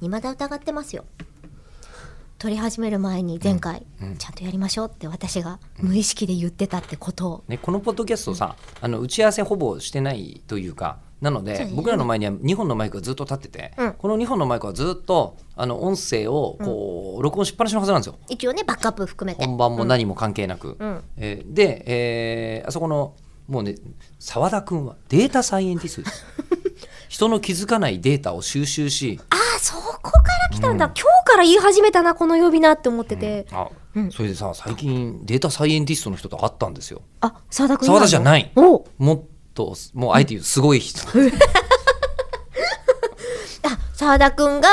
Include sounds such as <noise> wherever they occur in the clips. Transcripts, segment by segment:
未だ疑ってますよ撮り始める前に前回、ちゃんとやりましょうって私が無意識で言ってたってことを、ね、このポッドキャストさ、あの打ち合わせほぼしてないというかなのそうでね僕らの前には2本のマイクがずっと立ってて、うんこの2本のマイクはずっとあの音声をこう、録音しっぱなしのはずなんですよ一応ねバックアップ含めて本番も何も関係なく、うんえーで、えーあそこのもうね澤田君はデータサイエンティストです <laughs> 人の気づかないデータを収集しああそこから来たんだ、今日から言い始めたなこの呼び名って思ってて、あ、うんそれでさ最近データサイエンティストの人と会ったんですよあ澤田君澤田じゃないおうもっともうあえて言うすご <laughs> い人あ澤田君が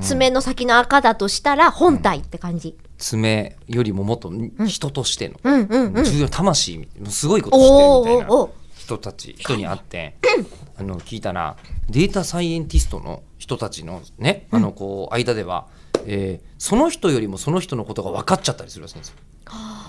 爪の先の赤だとしたら本体って感じ、爪よりももっと人としての、うん、うんうん重要な魂みすごいことおしーておるみたいーおなー人たち人に会ってあの聞いたらデータサイエンティストの人たちのねあのこう間では、えーその人よりもその人のことが分かっちゃったりするらしいんですよ。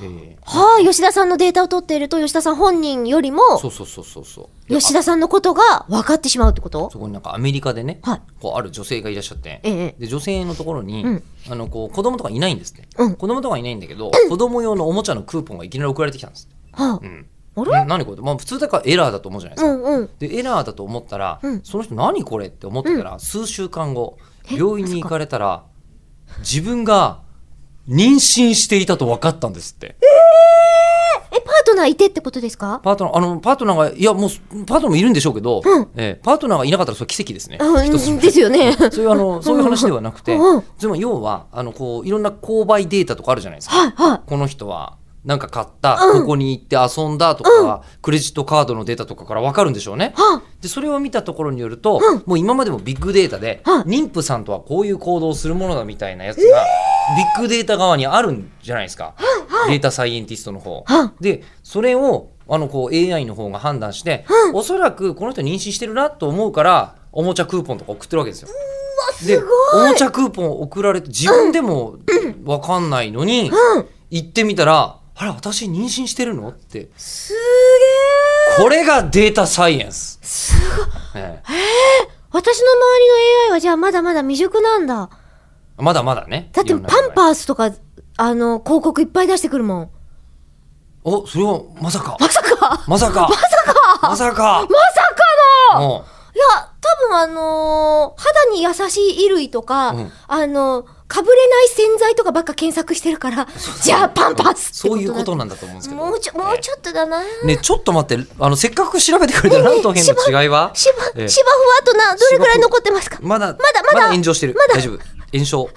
えはあ吉田さんのデータを取っていると吉田さん本人よりもーそうそうそうそうそう。で吉田さんのことが分かってしまうってことあそこになんかアメリカでね、はいこうある女性がいらっしゃって、ええで女性のところに、うんあのこう子供とかいないんですって、うん子供とかいないんだけど、子供用のおもちゃのクーポンがいきなり送られてきたんです。はうんあ、あれな何これ、まあ、普通だからエラーだと思うじゃないですうか、んうんでエラーだと思ったら、うんその人何これって思ってたら、数週間後え病院に行かれたら自分が妊娠していたと分かったんですってえパートナーいてってことですかパートナーあのパートナーがいやもうパートナーもいるんでしょうけど、うんええパートナーがいなかったらそれは奇跡ですね、うん一つのですよねそういうあのそういう話ではなくて、うんでも要はあのこういろんな購買データとかあるじゃないですか、はいはいこの人はなんか買った、うんここに行って遊んだとかは、クレジットカードのデータとかから分かるんでしょうね。はでそれを見たところによると、うんもう今までもビッグデータで、うん妊婦さんとはこういう行動をするものだみたいなやつが、ビッグデータ側にあるんじゃないですか、データサイエンティストの方。あはでそれをあのこう AI の方が判断して、おそらくこの人妊娠してるなと思うからおもちゃクーポンとか送ってるわけですよ。でおもちゃクーポン送られて自分でも分かんないのに、うん行ってみたら「あら私妊娠してるの?」ってすげえこれがデータサイエンス。すごいええ私の周りの AI はじゃあまだまだ未熟なんだまだまだね。だっていろパんンなのがねパースとかあの広告いっぱい出してくるもんおそれはまさかまさかまさかまさかまさかまさかのもいや、多分あのー肌に優しい衣類とか、うんあのかぶれない洗剤とかばっか検索してるから、じゃあパンパうスってそういうことななんだと思うんですけど。もうちょ、もうちょっとだな。ね、ちょっと待って、あの、せっかく調べてくれたラントヘンの違いは芝、芝ええ生はあとな、どれくらい残ってますかまだ、まだまだ炎上してる。まだ大丈夫。炎症。